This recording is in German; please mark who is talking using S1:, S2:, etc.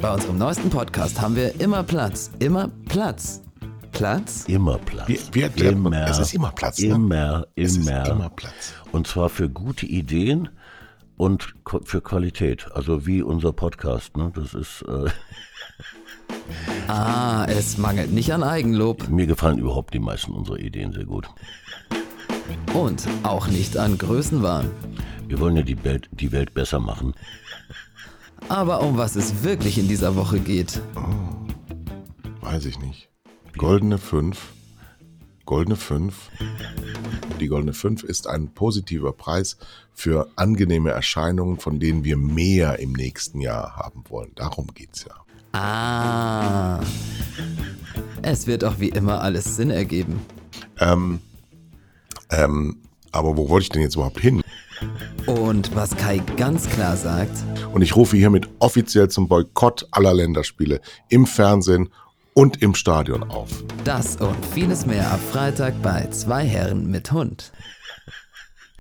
S1: Bei unserem neuesten Podcast haben wir immer Platz. Immer Platz. Platz?
S2: Immer Platz.
S3: Wir, wir, wir,
S2: immer,
S3: es ist immer Platz. Ne?
S2: Immer,
S3: Es ist
S2: immer.
S3: immer Platz.
S2: Und zwar für gute Ideen und ko- für Qualität. Also wie unser Podcast. Ne? Das ist, äh,
S1: Ah, es mangelt nicht an Eigenlob
S2: mir gefallen überhaupt die meisten unserer Ideen sehr gut.
S1: und auch nicht an Größenwahn.
S2: Wir wollen ja die Welt, die Welt besser machen.
S1: Aber um was es wirklich in dieser Woche geht,
S3: Weiß ich nicht. Goldene 5. Goldene 5. Die Goldene 5 ist ein positiver Preis für angenehme Erscheinungen, von denen wir mehr im nächsten Jahr haben wollen. Darum geht's ja.
S1: Ah. Es wird auch wie immer alles Sinn ergeben.
S3: Ähm, ähm, aber wo wollte ich denn jetzt überhaupt hin?
S1: Und was Kai ganz klar sagt,
S3: Und ich rufe hiermit offiziell zum Boykott aller Länderspiele im Fernsehen und im Stadion auf.
S1: das und vieles mehr ab Freitag bei zwei Herren mit Hund.